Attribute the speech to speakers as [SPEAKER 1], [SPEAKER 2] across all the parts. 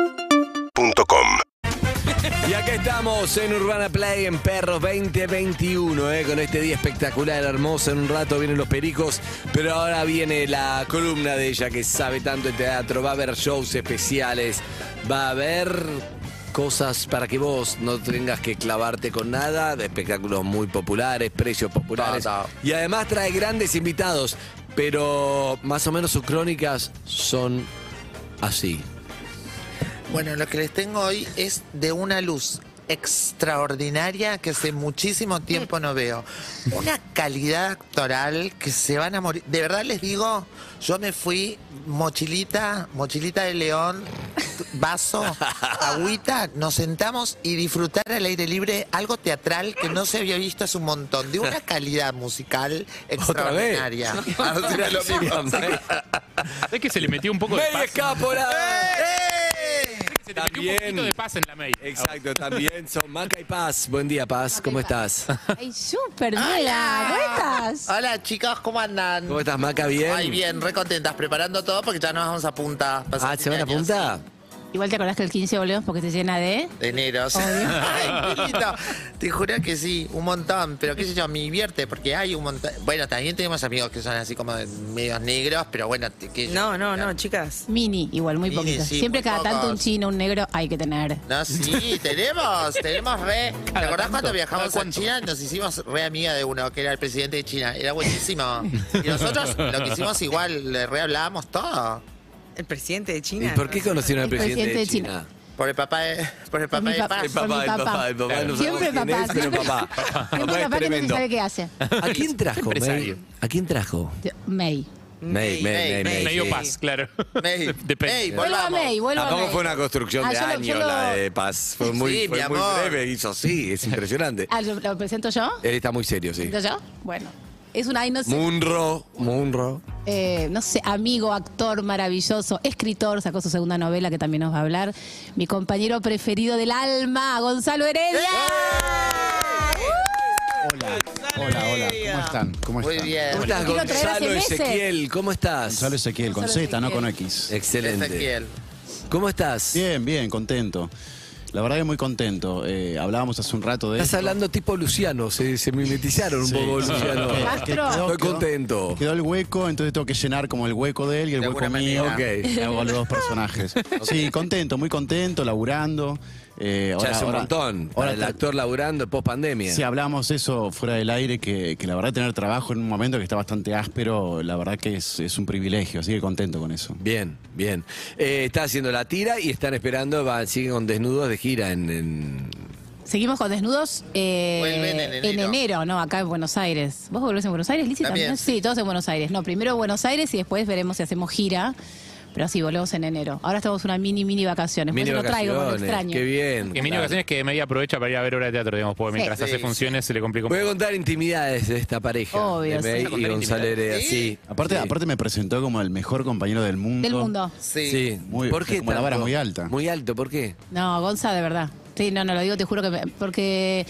[SPEAKER 1] UrbanaPlayFM.com
[SPEAKER 2] Y acá estamos en Urbana Play en Perros 2021, eh, con este día espectacular, hermoso. En un rato vienen los pericos, pero ahora viene la columna de ella que sabe tanto de teatro. Va a haber shows especiales, va a haber cosas para que vos no tengas que clavarte con nada, de espectáculos muy populares, precios populares.
[SPEAKER 3] Ta, ta.
[SPEAKER 2] Y además trae grandes invitados, pero más o menos sus crónicas son así.
[SPEAKER 3] Bueno, lo que les tengo hoy es de una luz extraordinaria que hace muchísimo tiempo no veo. Una calidad actoral que se van a morir. De verdad les digo, yo me fui mochilita, mochilita de león, vaso, agüita, nos sentamos y disfrutar al aire libre algo teatral que no se había visto hace un montón, de una calidad musical
[SPEAKER 2] vez?
[SPEAKER 3] extraordinaria. Ahora sí me lo mismo.
[SPEAKER 4] Es que se le metió un poco de
[SPEAKER 2] ¡Media
[SPEAKER 4] paz.
[SPEAKER 2] escaporada!
[SPEAKER 3] ¡Eh!
[SPEAKER 4] Se te metió un poquito
[SPEAKER 2] También.
[SPEAKER 4] de paz en la mail.
[SPEAKER 2] Exacto, también son Maca y Paz. Buen día, Paz. ¿Cómo estás?
[SPEAKER 5] Ay, súper mala. ¿Cómo estás?
[SPEAKER 3] Hola chicos, ¿cómo andan?
[SPEAKER 2] ¿Cómo estás, Maca? ¿Bien?
[SPEAKER 3] Ay, bien, re contentas, preparando todo porque ya nos vamos a punta. Para
[SPEAKER 2] Ah,
[SPEAKER 3] su
[SPEAKER 2] ¿se van a
[SPEAKER 3] cumpleaños.
[SPEAKER 2] punta?
[SPEAKER 5] Igual te acordás que el 15 volvemos porque te llena de.
[SPEAKER 3] De enero. sí. Ay, qué lindo. Te juro que sí, un montón, pero qué sé yo, me divierte porque hay un montón. Bueno, también tenemos amigos que son así como de medios negros, pero bueno, te- que
[SPEAKER 2] Eh,
[SPEAKER 3] yo-
[SPEAKER 6] No, no, no, chicas.
[SPEAKER 5] Mini, igual, muy
[SPEAKER 3] Mini,
[SPEAKER 5] poquito.
[SPEAKER 3] sí,
[SPEAKER 5] Siempre
[SPEAKER 3] muy
[SPEAKER 5] cada tanto un
[SPEAKER 3] pocos.
[SPEAKER 5] chino, un negro hay que tener.
[SPEAKER 3] No, sí, tenemos, tenemos re. ¿Te
[SPEAKER 4] Cada
[SPEAKER 3] acordás
[SPEAKER 4] tanto,
[SPEAKER 3] cuando
[SPEAKER 4] cada
[SPEAKER 3] viajamos a
[SPEAKER 4] cuánto.
[SPEAKER 3] China? Nos hicimos re amiga de uno que era el presidente de China. Era buenísimo. Y nosotros lo que hicimos igual, le re hablábamos todo.
[SPEAKER 6] El presidente de
[SPEAKER 2] ¿Y
[SPEAKER 6] China.
[SPEAKER 2] por qué
[SPEAKER 6] no sé.
[SPEAKER 2] conocieron al
[SPEAKER 5] El
[SPEAKER 2] presidente, de
[SPEAKER 5] presidente de
[SPEAKER 2] China?
[SPEAKER 3] Por el papá de, por el
[SPEAKER 5] Por
[SPEAKER 3] papá
[SPEAKER 5] mi
[SPEAKER 3] de
[SPEAKER 5] pa-
[SPEAKER 3] Paz.
[SPEAKER 2] El
[SPEAKER 5] por
[SPEAKER 2] papá,
[SPEAKER 5] mi
[SPEAKER 2] el papá, el papá, no
[SPEAKER 5] Siempre
[SPEAKER 2] sabemos quién
[SPEAKER 5] papá.
[SPEAKER 2] es, pero
[SPEAKER 5] siempre
[SPEAKER 2] papá.
[SPEAKER 5] Hay
[SPEAKER 2] Papá
[SPEAKER 5] un
[SPEAKER 2] es
[SPEAKER 5] papá que no se
[SPEAKER 2] tremendo.
[SPEAKER 5] sabe qué hace.
[SPEAKER 2] ¿A quién trajo, May?
[SPEAKER 4] Empresario.
[SPEAKER 2] ¿A quién trajo?
[SPEAKER 5] May.
[SPEAKER 2] May, May, May, May.
[SPEAKER 4] Medio
[SPEAKER 3] Sí.
[SPEAKER 4] paz, claro.
[SPEAKER 3] May,
[SPEAKER 4] Depende.
[SPEAKER 3] May,
[SPEAKER 5] Vuelvo a
[SPEAKER 3] volvamos.
[SPEAKER 5] May, vuelvo a
[SPEAKER 2] Tampoco
[SPEAKER 5] May.
[SPEAKER 2] Ah, fue una construcción
[SPEAKER 5] Ah,
[SPEAKER 2] de
[SPEAKER 5] yo lo- yo
[SPEAKER 2] años
[SPEAKER 5] lo-
[SPEAKER 2] la de Paz. Fue muy,
[SPEAKER 3] Sí,
[SPEAKER 2] fue
[SPEAKER 3] mi
[SPEAKER 2] muy
[SPEAKER 3] amor.
[SPEAKER 2] breve, hizo así, es impresionante.
[SPEAKER 5] Ah, ¿Lo, lo presento yo?
[SPEAKER 2] Él está muy serio, sí.
[SPEAKER 5] ¿Presento yo? Bueno. Es un ay, no sé,
[SPEAKER 2] Munro, Munro.
[SPEAKER 5] eh, no sé, amigo, actor maravilloso, escritor, sacó su segunda novela que también nos va a hablar. Mi compañero preferido del alma, Gonzalo Heredia.
[SPEAKER 2] ¿Eh?
[SPEAKER 7] Hola, hola, hola. ¿Cómo están? ¿Cómo
[SPEAKER 3] Muy
[SPEAKER 7] están?
[SPEAKER 3] bien.
[SPEAKER 2] ¿Cómo estás,
[SPEAKER 5] Quiero traer hace
[SPEAKER 2] Gonzalo
[SPEAKER 5] meses.
[SPEAKER 2] Ezequiel? ¿Cómo estás?
[SPEAKER 7] Gonzalo Ezequiel, con
[SPEAKER 5] Gonzalo
[SPEAKER 7] Z, no
[SPEAKER 5] Ezequiel.
[SPEAKER 7] con X.
[SPEAKER 2] Excelente.
[SPEAKER 3] Ezequiel.
[SPEAKER 2] ¿Cómo estás?
[SPEAKER 7] Bien, bien, contento. La verdad que muy contento. Eh, hablábamos hace un rato de
[SPEAKER 2] Estás
[SPEAKER 7] esto.
[SPEAKER 2] hablando tipo Luciano, se, se mimetizaron
[SPEAKER 7] Sí.
[SPEAKER 2] un poco Luciano.
[SPEAKER 7] Que- que
[SPEAKER 5] Castro.
[SPEAKER 2] Estoy contento.
[SPEAKER 7] Quedó el hueco, entonces tengo que llenar como el hueco de él y el
[SPEAKER 3] De
[SPEAKER 7] hueco
[SPEAKER 3] alguna
[SPEAKER 7] mío.
[SPEAKER 2] manera.
[SPEAKER 7] Y Hago los dos personajes. Sí, contento, muy contento, laburando. Eh,
[SPEAKER 2] Ya
[SPEAKER 7] ahora-
[SPEAKER 2] hace un
[SPEAKER 7] ahora-
[SPEAKER 2] montón.
[SPEAKER 7] ahora
[SPEAKER 2] Ahora el
[SPEAKER 7] tra-
[SPEAKER 2] actor laburando post pandemia.
[SPEAKER 7] Si hablamos eso fuera del aire, que, que la verdad tener trabajo en un momento que está bastante áspero, la verdad que es, es un privilegio, así que contento con eso.
[SPEAKER 2] Bien, bien. Eh, está haciendo la tira y están esperando, va, siguen con desnudos de gira en. en-
[SPEAKER 5] Seguimos con desnudos eh,
[SPEAKER 3] Vuelven en enero.
[SPEAKER 5] ¿no? Acá en Buenos Aires. ¿Vos volvés en Buenos Aires, Lizzy?
[SPEAKER 3] También.
[SPEAKER 5] Sí, todos en Buenos Aires. No, primero Buenos Aires y después veremos si hacemos gira. Pero sí, volvemos en enero. Ahora estamos en una mini, mini vacaciones. Por
[SPEAKER 2] Mini
[SPEAKER 5] eso lo traigo, porque lo
[SPEAKER 2] vacaciones.
[SPEAKER 5] extraño.
[SPEAKER 2] Qué bien.
[SPEAKER 4] Que mi
[SPEAKER 2] claro.
[SPEAKER 4] ocasiones que media aprovecha para ir a ver obra de teatro, digamos, porque
[SPEAKER 5] Sí.
[SPEAKER 4] mientras hace
[SPEAKER 3] Sí,
[SPEAKER 4] funciones se le complica un
[SPEAKER 2] Voy a
[SPEAKER 4] poco.
[SPEAKER 2] contar intimidades de esta pareja.
[SPEAKER 5] Obvio,
[SPEAKER 2] de
[SPEAKER 5] sí.
[SPEAKER 2] May y Gonzalo Heredia. Sí.
[SPEAKER 7] Aparte,
[SPEAKER 2] Sí.
[SPEAKER 7] aparte me presentó como el mejor compañero del mundo.
[SPEAKER 5] Del mundo.
[SPEAKER 3] Sí.
[SPEAKER 2] Sí.
[SPEAKER 7] Muy-
[SPEAKER 2] ¿Por qué
[SPEAKER 7] como la vara
[SPEAKER 2] tanto?
[SPEAKER 7] muy alta.
[SPEAKER 2] Muy alto, ¿por qué?
[SPEAKER 5] No, Gonza, de verdad. Sí, no, no, lo digo, te juro que... me- porque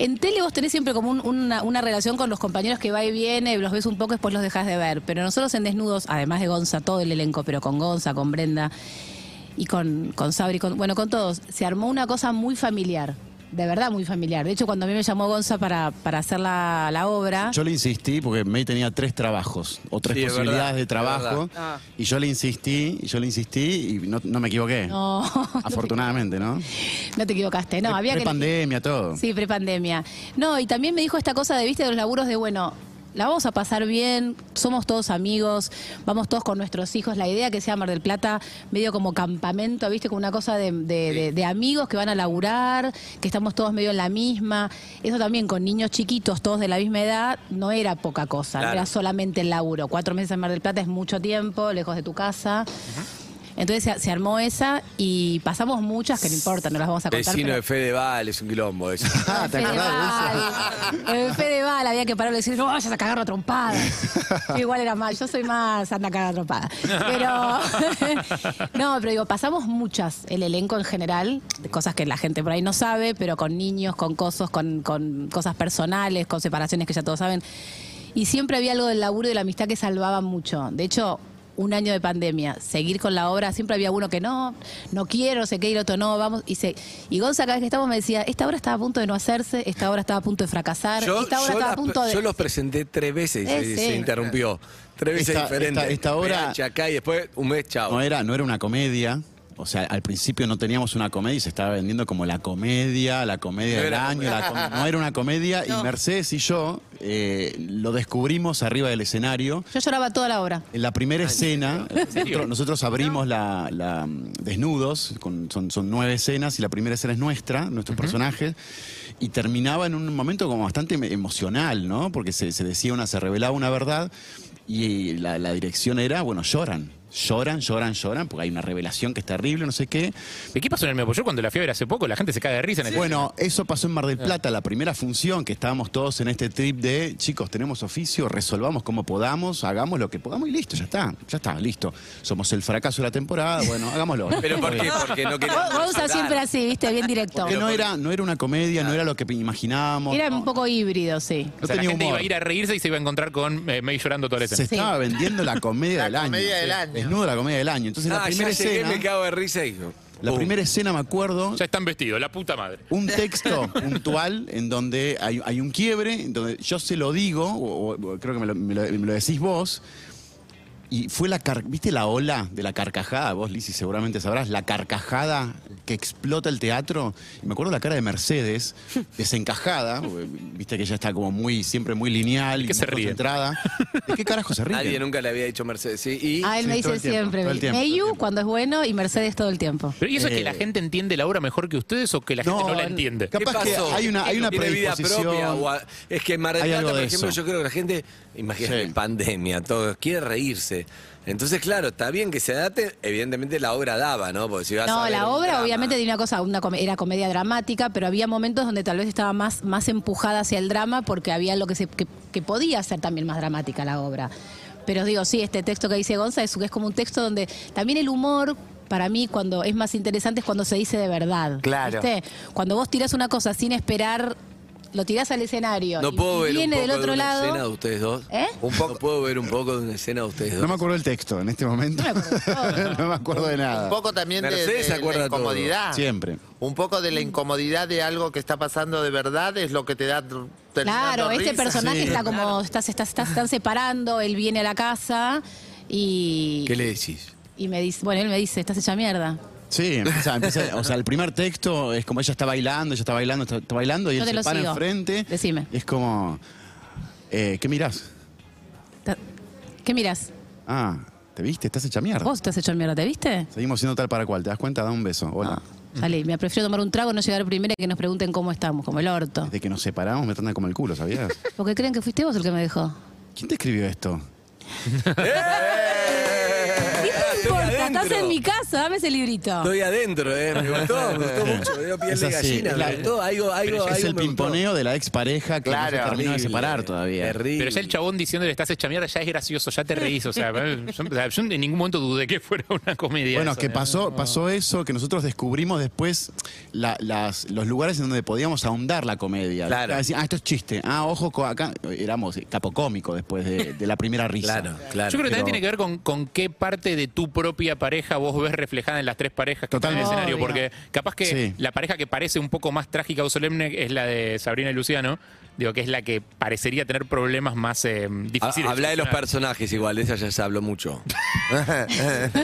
[SPEAKER 5] en tele vos tenés siempre como un- una, una relación con los compañeros que va y viene, los ves un poco, después los dejas de ver. Pero nosotros en Desnudos, además de Gonza, todo el elenco, pero con Gonza, con Brenda y con, con Sabri, con, bueno, con todos, se armó una cosa muy familiar. De verdad muy familiar. De hecho, cuando a mí me llamó Gonza para, para hacer la, la obra...
[SPEAKER 7] Yo le insistí porque May tenía tres trabajos o tres
[SPEAKER 2] Sí, es
[SPEAKER 7] posibilidades
[SPEAKER 2] verdad,
[SPEAKER 7] de
[SPEAKER 2] es
[SPEAKER 7] trabajo.
[SPEAKER 6] verdad. Ah.
[SPEAKER 7] Y yo le insistí, y yo le insistí y no, no me equivoqué.
[SPEAKER 5] No,
[SPEAKER 7] Afortunadamente, ¿no?
[SPEAKER 5] no te equivocaste. No, había que... elegir.
[SPEAKER 7] pandemia, todo.
[SPEAKER 5] Sí, prepandemia. No, y también me dijo esta cosa de, viste, de los laburos de, bueno, la vamos a pasar bien, somos todos amigos, vamos todos con nuestros hijos. La idea que sea Mar del Plata medio como campamento, viste, como una cosa de, de- de- de amigos que van a laburar, que estamos todos medio en la misma. Eso también con niños chiquitos, todos de la misma edad, no era poca cosa, no
[SPEAKER 2] Claro.
[SPEAKER 5] era solamente el laburo. Cuatro meses en Mar del Plata es mucho tiempo, lejos de tu casa. Entonces se, se armó esa y pasamos muchas que no importa, no las vamos a contar.
[SPEAKER 2] Vecino
[SPEAKER 5] pero-
[SPEAKER 2] de Fedeval, es un quilombo eso.
[SPEAKER 7] Ah, ¿te acordás
[SPEAKER 5] de eso? En Fedeval había que pararle y decir, no vayas a cagar la trompada. Yo igual era más, yo soy más anda a cagar la trompada. Pero, no, pero digo, pasamos muchas, el elenco en general, cosas que la gente por ahí no sabe, pero con niños, con cosos, con, con cosas personales, con separaciones que ya todos saben. Y siempre había algo del laburo y de la amistad que salvaba mucho. De hecho, un año de pandemia, seguir con la obra, siempre había uno que no, no quiero, no sé qué, y el otro no, vamos. Y, se, y Gonza, cada vez que estamos, me decía, esta obra estaba a punto de no hacerse, esta obra estaba a punto de fracasar,
[SPEAKER 2] Yo,
[SPEAKER 5] esta obra
[SPEAKER 2] yo la-
[SPEAKER 5] estaba a punto de.
[SPEAKER 2] yo los presenté tres veces y
[SPEAKER 5] Eh,
[SPEAKER 2] se,
[SPEAKER 5] sí.
[SPEAKER 2] se interrumpió. Tres veces
[SPEAKER 7] Esta-
[SPEAKER 2] diferentes.
[SPEAKER 7] esta- esta obra-
[SPEAKER 2] Perancha, acá y después un mes, chao.
[SPEAKER 7] No era, no era una comedia. O sea, al principio no teníamos una comedia y se estaba vendiendo como la comedia, la comedia
[SPEAKER 2] No
[SPEAKER 7] del
[SPEAKER 2] era-
[SPEAKER 7] año. la com- no era una comedia y Mercedes y yo eh, lo descubrimos arriba del escenario.
[SPEAKER 5] Yo lloraba toda la obra.
[SPEAKER 7] En la primera escena, nosotros, nosotros abrimos la, la, mm, desnudos, con- son, son nueve escenas, y la primera escena es nuestra, nuestros personajes, y terminaba en un momento como bastante em- emocional, ¿no? Porque se, se decía una, se revelaba una verdad, y la, la dirección era, bueno, lloran, lloran, lloran, lloran, porque hay una revelación que es terrible, no sé qué.
[SPEAKER 4] ¿Y qué pasó en el Mepoyor cuando la fiebre hace poco? La gente se cae de risa en el
[SPEAKER 7] Bueno, eso pasó en Mar
[SPEAKER 2] Eh.
[SPEAKER 7] del Plata, la primera función que estábamos todos en este trip de chicos, tenemos oficio, resolvamos como podamos, hagamos lo que podamos y listo, ya está, ya está, listo. Somos el fracaso de la temporada, bueno, hagámoslo.
[SPEAKER 2] ¿Pero por qué? Porque no quería.
[SPEAKER 5] Gonza siempre así, viste, bien directo.
[SPEAKER 7] Porque no era, no era una comedia, no era lo que imaginábamos.
[SPEAKER 5] Era
[SPEAKER 7] no,
[SPEAKER 5] un poco híbrido, sí.
[SPEAKER 7] no
[SPEAKER 4] O sea, la
[SPEAKER 7] tenía
[SPEAKER 4] gente
[SPEAKER 7] humor.
[SPEAKER 4] iba a ir a reírse y se iba a encontrar con eh, May llorando toda la
[SPEAKER 7] Se
[SPEAKER 4] escena.
[SPEAKER 5] Sí.
[SPEAKER 7] estaba vendiendo la comedia
[SPEAKER 3] La
[SPEAKER 7] del año.
[SPEAKER 3] comedia del año.
[SPEAKER 7] Desnudo la comedia del año. Entonces
[SPEAKER 2] Ah,
[SPEAKER 7] la
[SPEAKER 2] ya
[SPEAKER 7] primera
[SPEAKER 2] llegué,
[SPEAKER 7] escena.
[SPEAKER 2] me cago de risa Uh, y.
[SPEAKER 7] La
[SPEAKER 2] Pum.
[SPEAKER 7] primera escena me acuerdo.
[SPEAKER 4] Ya están vestidos, la puta madre.
[SPEAKER 7] un texto puntual en donde hay, hay un quiebre, en donde yo se lo digo, o, o- o creo que me lo, me lo- me lo decís vos, y fue la car- ¿viste la ola de la carcajada? Vos, Lizzy, seguramente sabrás, la carcajada que explota el teatro. Y me acuerdo la cara de Mercedes, desencajada, porque viste que ella está como muy, siempre muy lineal
[SPEAKER 4] ¿De qué
[SPEAKER 7] y
[SPEAKER 4] se
[SPEAKER 7] muy
[SPEAKER 4] ríen?
[SPEAKER 7] concentrada. ¿De qué carajo se ríe?
[SPEAKER 2] Nadie nunca le había dicho Mercedes. Sí, y.
[SPEAKER 5] A él
[SPEAKER 7] Sí,
[SPEAKER 5] me dice
[SPEAKER 7] todo el tiempo,
[SPEAKER 5] siempre,
[SPEAKER 7] todo el tiempo, todo el
[SPEAKER 5] Meyu
[SPEAKER 7] tiempo.
[SPEAKER 5] cuando es bueno y Mercedes todo el tiempo.
[SPEAKER 4] ¿Pero y eso es que
[SPEAKER 7] Eh.
[SPEAKER 4] la gente entiende la obra mejor que ustedes o que la gente no, la entiende?
[SPEAKER 7] capaz
[SPEAKER 2] ¿Qué
[SPEAKER 7] que
[SPEAKER 2] pasó?
[SPEAKER 7] hay una, hay una
[SPEAKER 2] ¿Tiene vida
[SPEAKER 7] predisposición.
[SPEAKER 2] propia? o a- es que en Mar del
[SPEAKER 7] Hay
[SPEAKER 2] Plata,
[SPEAKER 7] algo
[SPEAKER 2] por
[SPEAKER 7] de
[SPEAKER 2] ejemplo,
[SPEAKER 7] eso.
[SPEAKER 2] yo creo que la gente, imagínate,
[SPEAKER 7] Sí.
[SPEAKER 2] pandemia, todo, quiere reírse. Entonces, claro, está bien que se adapte, evidentemente la obra daba, ¿no? Porque si vas a
[SPEAKER 5] No,
[SPEAKER 2] ver
[SPEAKER 5] la
[SPEAKER 2] un
[SPEAKER 5] obra
[SPEAKER 2] drama-
[SPEAKER 5] obviamente tenía una cosa, una come- era comedia dramática, pero había momentos donde tal vez estaba más, más empujada hacia el drama porque había lo que, se, que, que podía ser también más dramática la obra. Pero digo, sí, este texto que dice Gonza es, es como un texto donde también el humor... Para mí, cuando es más interesante es cuando se dice de verdad.
[SPEAKER 3] Claro.
[SPEAKER 5] ¿viste? Cuando vos tirás una cosa sin esperar, lo tirás al escenario.
[SPEAKER 2] No
[SPEAKER 5] y-
[SPEAKER 2] puedo ver
[SPEAKER 5] y viene
[SPEAKER 2] un poco
[SPEAKER 5] del otro
[SPEAKER 2] de una escena de
[SPEAKER 5] lado.
[SPEAKER 2] ustedes dos.
[SPEAKER 5] ¿Eh?
[SPEAKER 2] Un poco. No puedo ver un poco de una escena de ustedes
[SPEAKER 7] No
[SPEAKER 2] dos.
[SPEAKER 7] me acuerdo el texto en este momento.
[SPEAKER 5] No me acuerdo.
[SPEAKER 7] No me acuerdo de nada.
[SPEAKER 3] Un poco también de- de,
[SPEAKER 2] Mercedes se
[SPEAKER 3] la
[SPEAKER 2] acuerda todo.
[SPEAKER 3] incomodidad.
[SPEAKER 7] Siempre.
[SPEAKER 3] Un poco de la incomodidad de algo que está pasando de verdad es lo que te da. r- terminando
[SPEAKER 5] Claro, este
[SPEAKER 3] risa.
[SPEAKER 5] personaje
[SPEAKER 7] Sí.
[SPEAKER 5] está como, está- se está- está- se están separando, él viene a la casa y,
[SPEAKER 2] ¿Qué le decís?
[SPEAKER 5] y me dice, bueno, él me dice, estás hecha mierda.
[SPEAKER 7] Sí, empieza, empieza- o sea, el primer texto es como ella está bailando, ella está bailando, está, está bailando y
[SPEAKER 5] Yo
[SPEAKER 7] él
[SPEAKER 5] te
[SPEAKER 7] se
[SPEAKER 5] lo
[SPEAKER 7] para
[SPEAKER 5] sigo.
[SPEAKER 7] enfrente.
[SPEAKER 5] Decime.
[SPEAKER 7] Es como, eh, ¿qué mirás?
[SPEAKER 5] Ta- ¿Qué miras?
[SPEAKER 7] Ah, ¿te viste? Estás hecha mierda.
[SPEAKER 5] Vos estás hecho mierda, ¿te viste?
[SPEAKER 7] Seguimos siendo tal para cual, ¿te das cuenta? Da un beso. Hola.
[SPEAKER 5] Ah, Salí, me prefiero tomar un trago, no llegar primero y que nos pregunten cómo estamos, como el orto.
[SPEAKER 7] Desde que nos separamos me tratan como el culo, ¿sabías?
[SPEAKER 5] Porque creen que fuiste vos el que me dejó.
[SPEAKER 7] ¿Quién te escribió esto?
[SPEAKER 5] ¿Qué te importa? Estás en mi casa, dame ese librito.
[SPEAKER 2] Estoy adentro, ¿eh? Me gustó, me gustó mucho. Me dio piel
[SPEAKER 7] Es
[SPEAKER 2] de
[SPEAKER 7] así,
[SPEAKER 2] gallina,
[SPEAKER 7] es
[SPEAKER 2] me
[SPEAKER 7] la-
[SPEAKER 2] gustó. Algo, algo,
[SPEAKER 7] Pero ya
[SPEAKER 2] algo
[SPEAKER 7] es el
[SPEAKER 2] me gustó.
[SPEAKER 7] pimponeo de la expareja que
[SPEAKER 3] Claro.
[SPEAKER 7] no se terminó de separar todavía.
[SPEAKER 2] Terrible.
[SPEAKER 4] Pero ya el chabón diciéndole estás hecha mierda ya es gracioso, ya te reís. O sea, yo, o sea, yo en ningún momento dudé que fuera una comedia.
[SPEAKER 7] Bueno,
[SPEAKER 4] eso,
[SPEAKER 7] que
[SPEAKER 4] ¿no?
[SPEAKER 7] pasó, pasó eso, que nosotros descubrimos después la- las, los lugares en donde podíamos ahondar la comedia.
[SPEAKER 2] Claro.
[SPEAKER 7] Decir, ah, esto es chiste. Ah, ojo, co- acá éramos capocómico después de, de la primera risa.
[SPEAKER 2] Claro, claro.
[SPEAKER 4] Yo creo que
[SPEAKER 7] Pero-
[SPEAKER 4] también tiene que ver con, con qué parte de tu propia pareja vos ves reflejada en las tres parejas que
[SPEAKER 7] Totalmente.
[SPEAKER 4] están en el escenario.
[SPEAKER 5] Obvio.
[SPEAKER 4] Porque capaz que
[SPEAKER 7] Sí.
[SPEAKER 4] la pareja que parece un poco más trágica o solemne es la de Sabrina y Luciano. Digo, que es la que parecería tener problemas más eh,
[SPEAKER 2] Ha-
[SPEAKER 4] difíciles.
[SPEAKER 2] Habla de los
[SPEAKER 4] personajes.
[SPEAKER 2] personajes igual, de esa ya se habló mucho.
[SPEAKER 7] Aparte-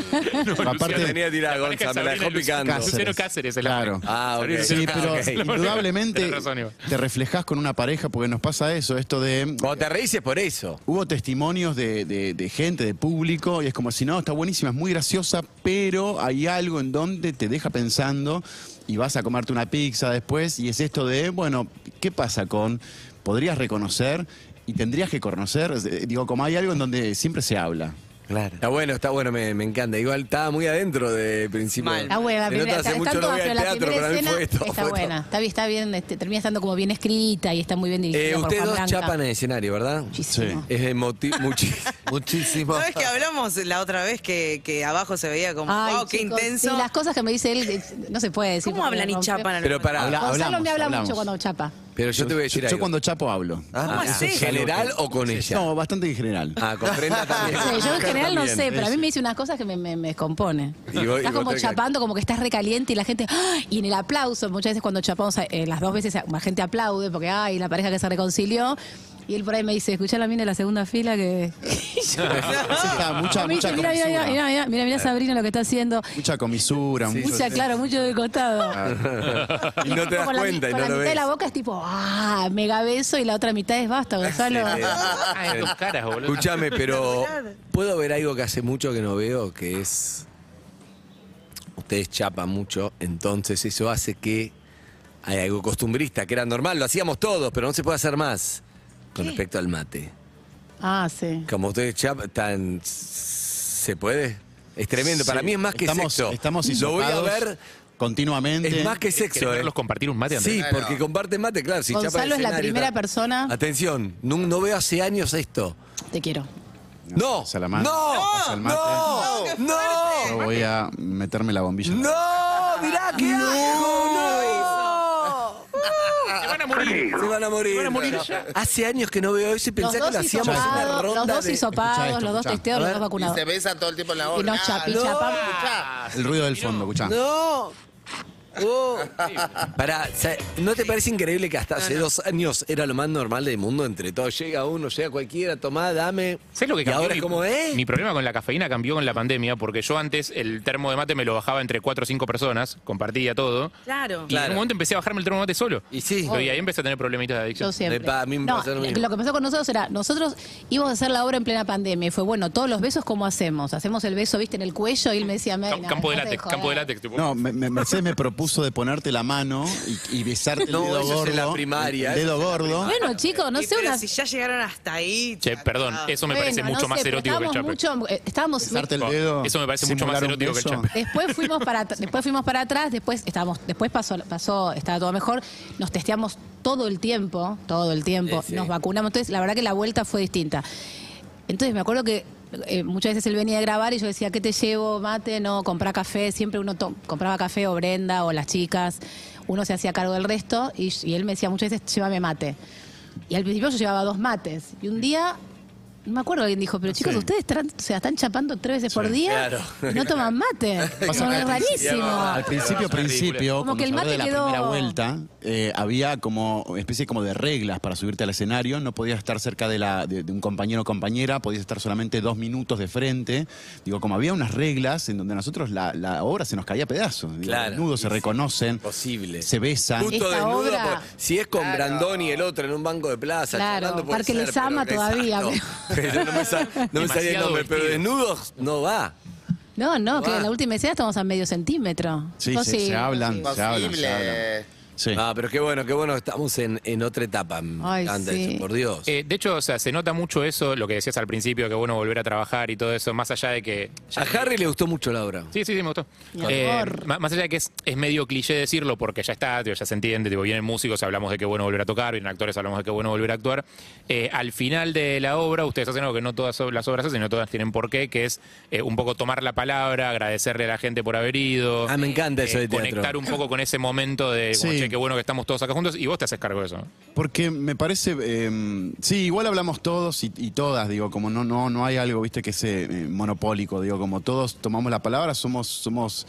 [SPEAKER 2] Yo tenía que tirar a Gonza, me la dejó picando.
[SPEAKER 4] Lucero Cáceres es la
[SPEAKER 7] Claro.
[SPEAKER 4] pareja.
[SPEAKER 2] Ah, ok.
[SPEAKER 4] Sabrina y
[SPEAKER 7] Sí,
[SPEAKER 4] Luciano
[SPEAKER 7] pero
[SPEAKER 4] Cáceres.
[SPEAKER 7] indudablemente
[SPEAKER 4] Tenés razón, Ivo.
[SPEAKER 7] te reflejás con una pareja porque nos pasa eso, esto de...
[SPEAKER 2] Cuando te reís es por eso.
[SPEAKER 7] Hubo testimonios de, de- de gente, de público, y es como si no, está buenísima, es muy graciosa, pero hay algo en donde te deja pensando y vas a comerte una pizza después, y es esto de, bueno, ¿qué pasa con? ¿Podrías reconocer? Y tendrías que conocer, eh, digo, como hay algo en donde siempre se habla.
[SPEAKER 3] Claro.
[SPEAKER 2] Está bueno, está bueno, me, me encanta. Igual estaba muy adentro de principio.
[SPEAKER 6] Mal.
[SPEAKER 5] Está buena,
[SPEAKER 2] Se nota
[SPEAKER 5] primera-
[SPEAKER 2] hace
[SPEAKER 5] está-
[SPEAKER 2] mucho
[SPEAKER 5] están
[SPEAKER 2] no
[SPEAKER 5] todas,
[SPEAKER 2] voy al
[SPEAKER 5] pero la
[SPEAKER 2] teatro,
[SPEAKER 5] primera
[SPEAKER 2] pero a mí
[SPEAKER 5] escena
[SPEAKER 2] fue esto.
[SPEAKER 5] está
[SPEAKER 2] fue esto.
[SPEAKER 5] buena, está bien, está bien, este, termina estando como bien escrita y está muy bien dirigida
[SPEAKER 2] Eh,
[SPEAKER 5] por
[SPEAKER 2] ustedes
[SPEAKER 5] Juan
[SPEAKER 2] dos
[SPEAKER 5] Blanca.
[SPEAKER 2] chapan en escenario, ¿verdad?
[SPEAKER 5] Muchísimo.
[SPEAKER 7] Sí.
[SPEAKER 2] Es emotivo, muchísimo.
[SPEAKER 3] Muchísimo.
[SPEAKER 6] ¿Sabes que hablamos la otra vez que, que abajo se veía como,
[SPEAKER 5] Ay,
[SPEAKER 2] Oh,
[SPEAKER 6] wow, qué
[SPEAKER 5] chicos,
[SPEAKER 6] intenso?
[SPEAKER 5] sí, las cosas que me dice él eh, no se puede decir.
[SPEAKER 6] ¿Cómo
[SPEAKER 5] porque
[SPEAKER 6] hablan
[SPEAKER 5] me
[SPEAKER 6] y
[SPEAKER 5] rompe.
[SPEAKER 6] chapan a
[SPEAKER 2] Pero
[SPEAKER 6] los
[SPEAKER 2] pará,
[SPEAKER 7] Habla-
[SPEAKER 5] Gonzalo
[SPEAKER 7] hablamos,
[SPEAKER 5] me habla
[SPEAKER 7] hablamos.
[SPEAKER 5] mucho cuando chapa.
[SPEAKER 2] pero yo te voy a
[SPEAKER 7] Yo,
[SPEAKER 2] decir
[SPEAKER 7] yo
[SPEAKER 2] algo.
[SPEAKER 7] cuando chapo hablo.
[SPEAKER 6] ¿Cómo
[SPEAKER 2] Ah, ¿En
[SPEAKER 6] haces?
[SPEAKER 2] general o con
[SPEAKER 5] Ah,
[SPEAKER 2] ella?
[SPEAKER 7] No, bastante en general.
[SPEAKER 2] Ah, con Brenda también.
[SPEAKER 5] No sé, yo en general no
[SPEAKER 2] También.
[SPEAKER 5] sé, pero a mí me dice unas cosas que me, me, me descompone.
[SPEAKER 2] Y vos- y
[SPEAKER 5] estás
[SPEAKER 2] vos
[SPEAKER 5] como
[SPEAKER 2] tenés que-
[SPEAKER 5] chapando, como que estás recaliente y la gente. ¡ah! Y en el aplauso, muchas veces cuando chapamos, eh, las dos veces la gente aplaude porque, ay, la pareja que se reconcilió. Y él por ahí me dice, escuchá la mina de la segunda fila que. Y yo-
[SPEAKER 7] Sí, está, mucha,
[SPEAKER 5] Me dice,
[SPEAKER 7] mucha
[SPEAKER 5] mira, mira, mira,
[SPEAKER 7] comisura.
[SPEAKER 5] mira, mira, mira, mira Sabrina lo que está haciendo.
[SPEAKER 7] Mucha comisura. mucho-
[SPEAKER 5] Mucha, claro, mucho de costado.
[SPEAKER 2] Y no te das
[SPEAKER 5] Con la,
[SPEAKER 2] cuenta y
[SPEAKER 5] con
[SPEAKER 2] no
[SPEAKER 5] la
[SPEAKER 2] lo
[SPEAKER 5] mitad de
[SPEAKER 2] ves.
[SPEAKER 5] la boca es tipo, ah, mega beso y la otra mitad es basta, Gonzalo.
[SPEAKER 2] Sí, sí.
[SPEAKER 4] Ah, en tus caras, boludo.
[SPEAKER 7] este
[SPEAKER 2] Escúchame, pero puedo ver algo que hace mucho que no veo, que es ustedes chapan mucho, entonces eso hace que hay algo costumbrista, que era normal, lo hacíamos todos, pero no se puede hacer más con respecto al mate.
[SPEAKER 5] Ah, sí.
[SPEAKER 2] Como ustedes chapan, tan se puede. Es tremendo, para
[SPEAKER 7] Sí,
[SPEAKER 2] mí es más que
[SPEAKER 7] estamos,
[SPEAKER 2] sexo.
[SPEAKER 7] Estamos
[SPEAKER 2] lo voy a
[SPEAKER 7] hisopados
[SPEAKER 2] ver,
[SPEAKER 7] continuamente.
[SPEAKER 2] es más que
[SPEAKER 4] ¿Querés
[SPEAKER 2] sexo, eh.
[SPEAKER 4] verlos compartir un mate antes?
[SPEAKER 2] Sí, porque comparte mate, claro. Si chapa el
[SPEAKER 5] Gonzalo es la
[SPEAKER 2] escenario,
[SPEAKER 5] primera
[SPEAKER 2] tal.
[SPEAKER 5] persona.
[SPEAKER 2] Atención, no, no veo hace años esto.
[SPEAKER 5] Te quiero.
[SPEAKER 2] No,
[SPEAKER 7] Pasa la
[SPEAKER 2] no,
[SPEAKER 7] mano, pasa
[SPEAKER 2] no,
[SPEAKER 7] el mate.
[SPEAKER 2] no,
[SPEAKER 7] Yo
[SPEAKER 2] no,
[SPEAKER 7] voy a meterme la bombilla.
[SPEAKER 2] mirá qué asco, no.
[SPEAKER 4] Se van a morir.
[SPEAKER 2] Se van a morir.
[SPEAKER 4] van a morir ya.
[SPEAKER 2] Hace años que no veo eso y
[SPEAKER 5] Los
[SPEAKER 2] pensé que lo
[SPEAKER 5] dos
[SPEAKER 2] hacíamos una
[SPEAKER 5] hisopados, los
[SPEAKER 2] ronda
[SPEAKER 5] dos
[SPEAKER 2] de...
[SPEAKER 7] Escuchá
[SPEAKER 5] hisopados,
[SPEAKER 7] esto,
[SPEAKER 5] los dos
[SPEAKER 7] escuchá.
[SPEAKER 5] testeos,
[SPEAKER 2] A
[SPEAKER 5] los
[SPEAKER 2] ver.
[SPEAKER 5] dos
[SPEAKER 3] Y
[SPEAKER 5] vacunados.
[SPEAKER 3] se besa todo el tiempo en la boca.
[SPEAKER 5] Y nos chapi,
[SPEAKER 3] no.
[SPEAKER 5] chapa.
[SPEAKER 7] El ruido del fondo, escuchá.
[SPEAKER 2] No. Oh. Pará, o sea, ¿no te parece increíble que hasta hace dos años era lo más normal del mundo entre todos? Llega uno, llega cualquiera, tomá, dame.
[SPEAKER 4] ¿Sabes lo que
[SPEAKER 2] y
[SPEAKER 4] cambió?
[SPEAKER 2] ahora es
[SPEAKER 4] mi,
[SPEAKER 2] como, ¿eh?
[SPEAKER 4] mi problema con la cafeína cambió con la pandemia, porque yo antes el termo de mate me lo bajaba entre cuatro o cinco personas, compartía todo.
[SPEAKER 6] Claro.
[SPEAKER 4] Y en un momento empecé a bajarme el termo de mate solo.
[SPEAKER 2] Y sí.
[SPEAKER 4] Y ahí empecé a tener problemitas de adicción.
[SPEAKER 5] Yo siempre.
[SPEAKER 2] Me pa- a mí me
[SPEAKER 5] No,
[SPEAKER 2] pasa lo mismo.
[SPEAKER 5] lo que pasó con nosotros era, nosotros íbamos a hacer la obra en plena pandemia y fue, bueno, todos los besos, ¿cómo hacemos? Hacemos el beso, viste, en el cuello y él me decía, "May,
[SPEAKER 4] Cam-
[SPEAKER 5] no, eh.
[SPEAKER 4] campo de
[SPEAKER 5] dejate
[SPEAKER 4] látex,
[SPEAKER 5] joder".
[SPEAKER 4] campo de látex. tipo,
[SPEAKER 7] No, me- me- Mercedes me propuso de ponerte la mano y, y besarte el
[SPEAKER 2] No,
[SPEAKER 7] dedo
[SPEAKER 2] eso
[SPEAKER 7] gordo.
[SPEAKER 2] es en la primaria,
[SPEAKER 7] El dedo
[SPEAKER 2] eso es en la
[SPEAKER 7] gordo.
[SPEAKER 5] Bueno, chicos, no
[SPEAKER 6] Y
[SPEAKER 5] sé,
[SPEAKER 6] pero
[SPEAKER 5] una...
[SPEAKER 6] si ya llegaron hasta ahí.
[SPEAKER 4] Che,
[SPEAKER 6] ya
[SPEAKER 4] perdón,
[SPEAKER 6] está.
[SPEAKER 4] eso me parece
[SPEAKER 5] Bueno,
[SPEAKER 4] mucho
[SPEAKER 5] no
[SPEAKER 4] más
[SPEAKER 5] sé, pero
[SPEAKER 4] erótico que el chape.
[SPEAKER 5] estábamos mucho- eh, estábamos-
[SPEAKER 7] Besarte el dedo.
[SPEAKER 4] Eso me parece mucho
[SPEAKER 7] simular
[SPEAKER 4] más
[SPEAKER 7] un
[SPEAKER 4] erótico que el
[SPEAKER 7] beso.
[SPEAKER 4] chape.
[SPEAKER 5] Después fuimos para atr- después fuimos para atrás, después estábamos, después pasó, pasó, estaba todo mejor, nos testeamos todo el tiempo, todo el tiempo,
[SPEAKER 2] Sí, sí.
[SPEAKER 5] nos vacunamos, entonces la verdad que la vuelta fue distinta. Entonces me acuerdo que eh, muchas veces él venía a grabar y yo decía, ¿qué te llevo? Mate, no, comprá café, siempre uno to- compraba café o Brenda o las chicas, uno se hacía cargo del resto y, y él me decía muchas veces, llévame mate. Y al principio yo llevaba dos mates y un día... No me acuerdo, alguien dijo, pero chicos, ustedes están, o sea, están chapando tres veces por día,
[SPEAKER 2] claro.
[SPEAKER 5] y no toman mate.
[SPEAKER 7] Pasa
[SPEAKER 5] Como
[SPEAKER 7] que
[SPEAKER 5] es
[SPEAKER 7] al
[SPEAKER 5] rarísimo.
[SPEAKER 7] Al principio,
[SPEAKER 4] Es ridículo.
[SPEAKER 7] principio,
[SPEAKER 5] Como
[SPEAKER 7] cuando
[SPEAKER 5] que el
[SPEAKER 7] se habló
[SPEAKER 5] mate
[SPEAKER 7] de la
[SPEAKER 5] quedó-
[SPEAKER 7] primera vuelta, eh, había como una especie como de reglas para subirte al escenario. No podías estar cerca de, la, de, de un compañero o compañera, podías estar solamente dos minutos de frente. Digo, como había unas reglas en donde a nosotros la, la obra se nos caía a pedazos. Digo,
[SPEAKER 2] Claro.
[SPEAKER 7] Desnudos se
[SPEAKER 2] Y sí,
[SPEAKER 7] reconocen,
[SPEAKER 2] Posible.
[SPEAKER 7] se besan.
[SPEAKER 2] Justo
[SPEAKER 5] Esta
[SPEAKER 2] desnudo,
[SPEAKER 5] obra-
[SPEAKER 2] por- si es con Brandoni y el otro en un banco de plaza,
[SPEAKER 5] Claro,
[SPEAKER 2] charlando puede
[SPEAKER 5] Parque
[SPEAKER 2] ser,
[SPEAKER 5] les ama
[SPEAKER 2] pero exacto.
[SPEAKER 5] todavía,
[SPEAKER 2] Pero no me, sa- no me salía el
[SPEAKER 4] Demasiado
[SPEAKER 2] nombre, pero
[SPEAKER 4] vestido.
[SPEAKER 2] desnudos no va.
[SPEAKER 5] No, no, que
[SPEAKER 2] Ah.
[SPEAKER 5] en la última escena estamos a medio centímetro.
[SPEAKER 7] Sí,
[SPEAKER 5] No,
[SPEAKER 7] se, se hablan, se hablan, se hablan.
[SPEAKER 3] Imposible.
[SPEAKER 7] Sí.
[SPEAKER 2] Ah, pero qué bueno, qué bueno, estamos en, en otra etapa. mm,
[SPEAKER 5] Ay,
[SPEAKER 2] antes,
[SPEAKER 5] sí.
[SPEAKER 2] por Dios.
[SPEAKER 4] Eh, de hecho, o sea, se nota mucho eso, lo que decías al principio, que bueno volver a trabajar y todo eso, más allá de que.
[SPEAKER 2] a Harry le gustó mucho la obra.
[SPEAKER 4] Sí, sí, sí, me gustó. Eh,
[SPEAKER 5] Mi amor.
[SPEAKER 4] ma- más allá de que es, es medio cliché decirlo, porque ya está, digo, ya se entiende, digo, vienen músicos, hablamos de qué bueno volver a tocar, vienen actores, hablamos de qué bueno volver a actuar. Eh, al final de la obra, ustedes hacen algo que no todas ob- las obras hacen, no todas tienen por qué, que es eh, un poco tomar la palabra, agradecerle a la gente por haber ido. eh,
[SPEAKER 2] Ah, me encanta eso de teatro.
[SPEAKER 4] Conectar un poco con ese momento de, como,
[SPEAKER 7] Sí.
[SPEAKER 4] che, qué bueno que estamos todos acá juntos, y vos te haces cargo de eso.
[SPEAKER 7] Porque me parece, eh, sí, igual hablamos todos y, y todas, digo, como no, no, no hay algo, viste, que sea monopólico, digo, como todos tomamos la palabra, somos, somos,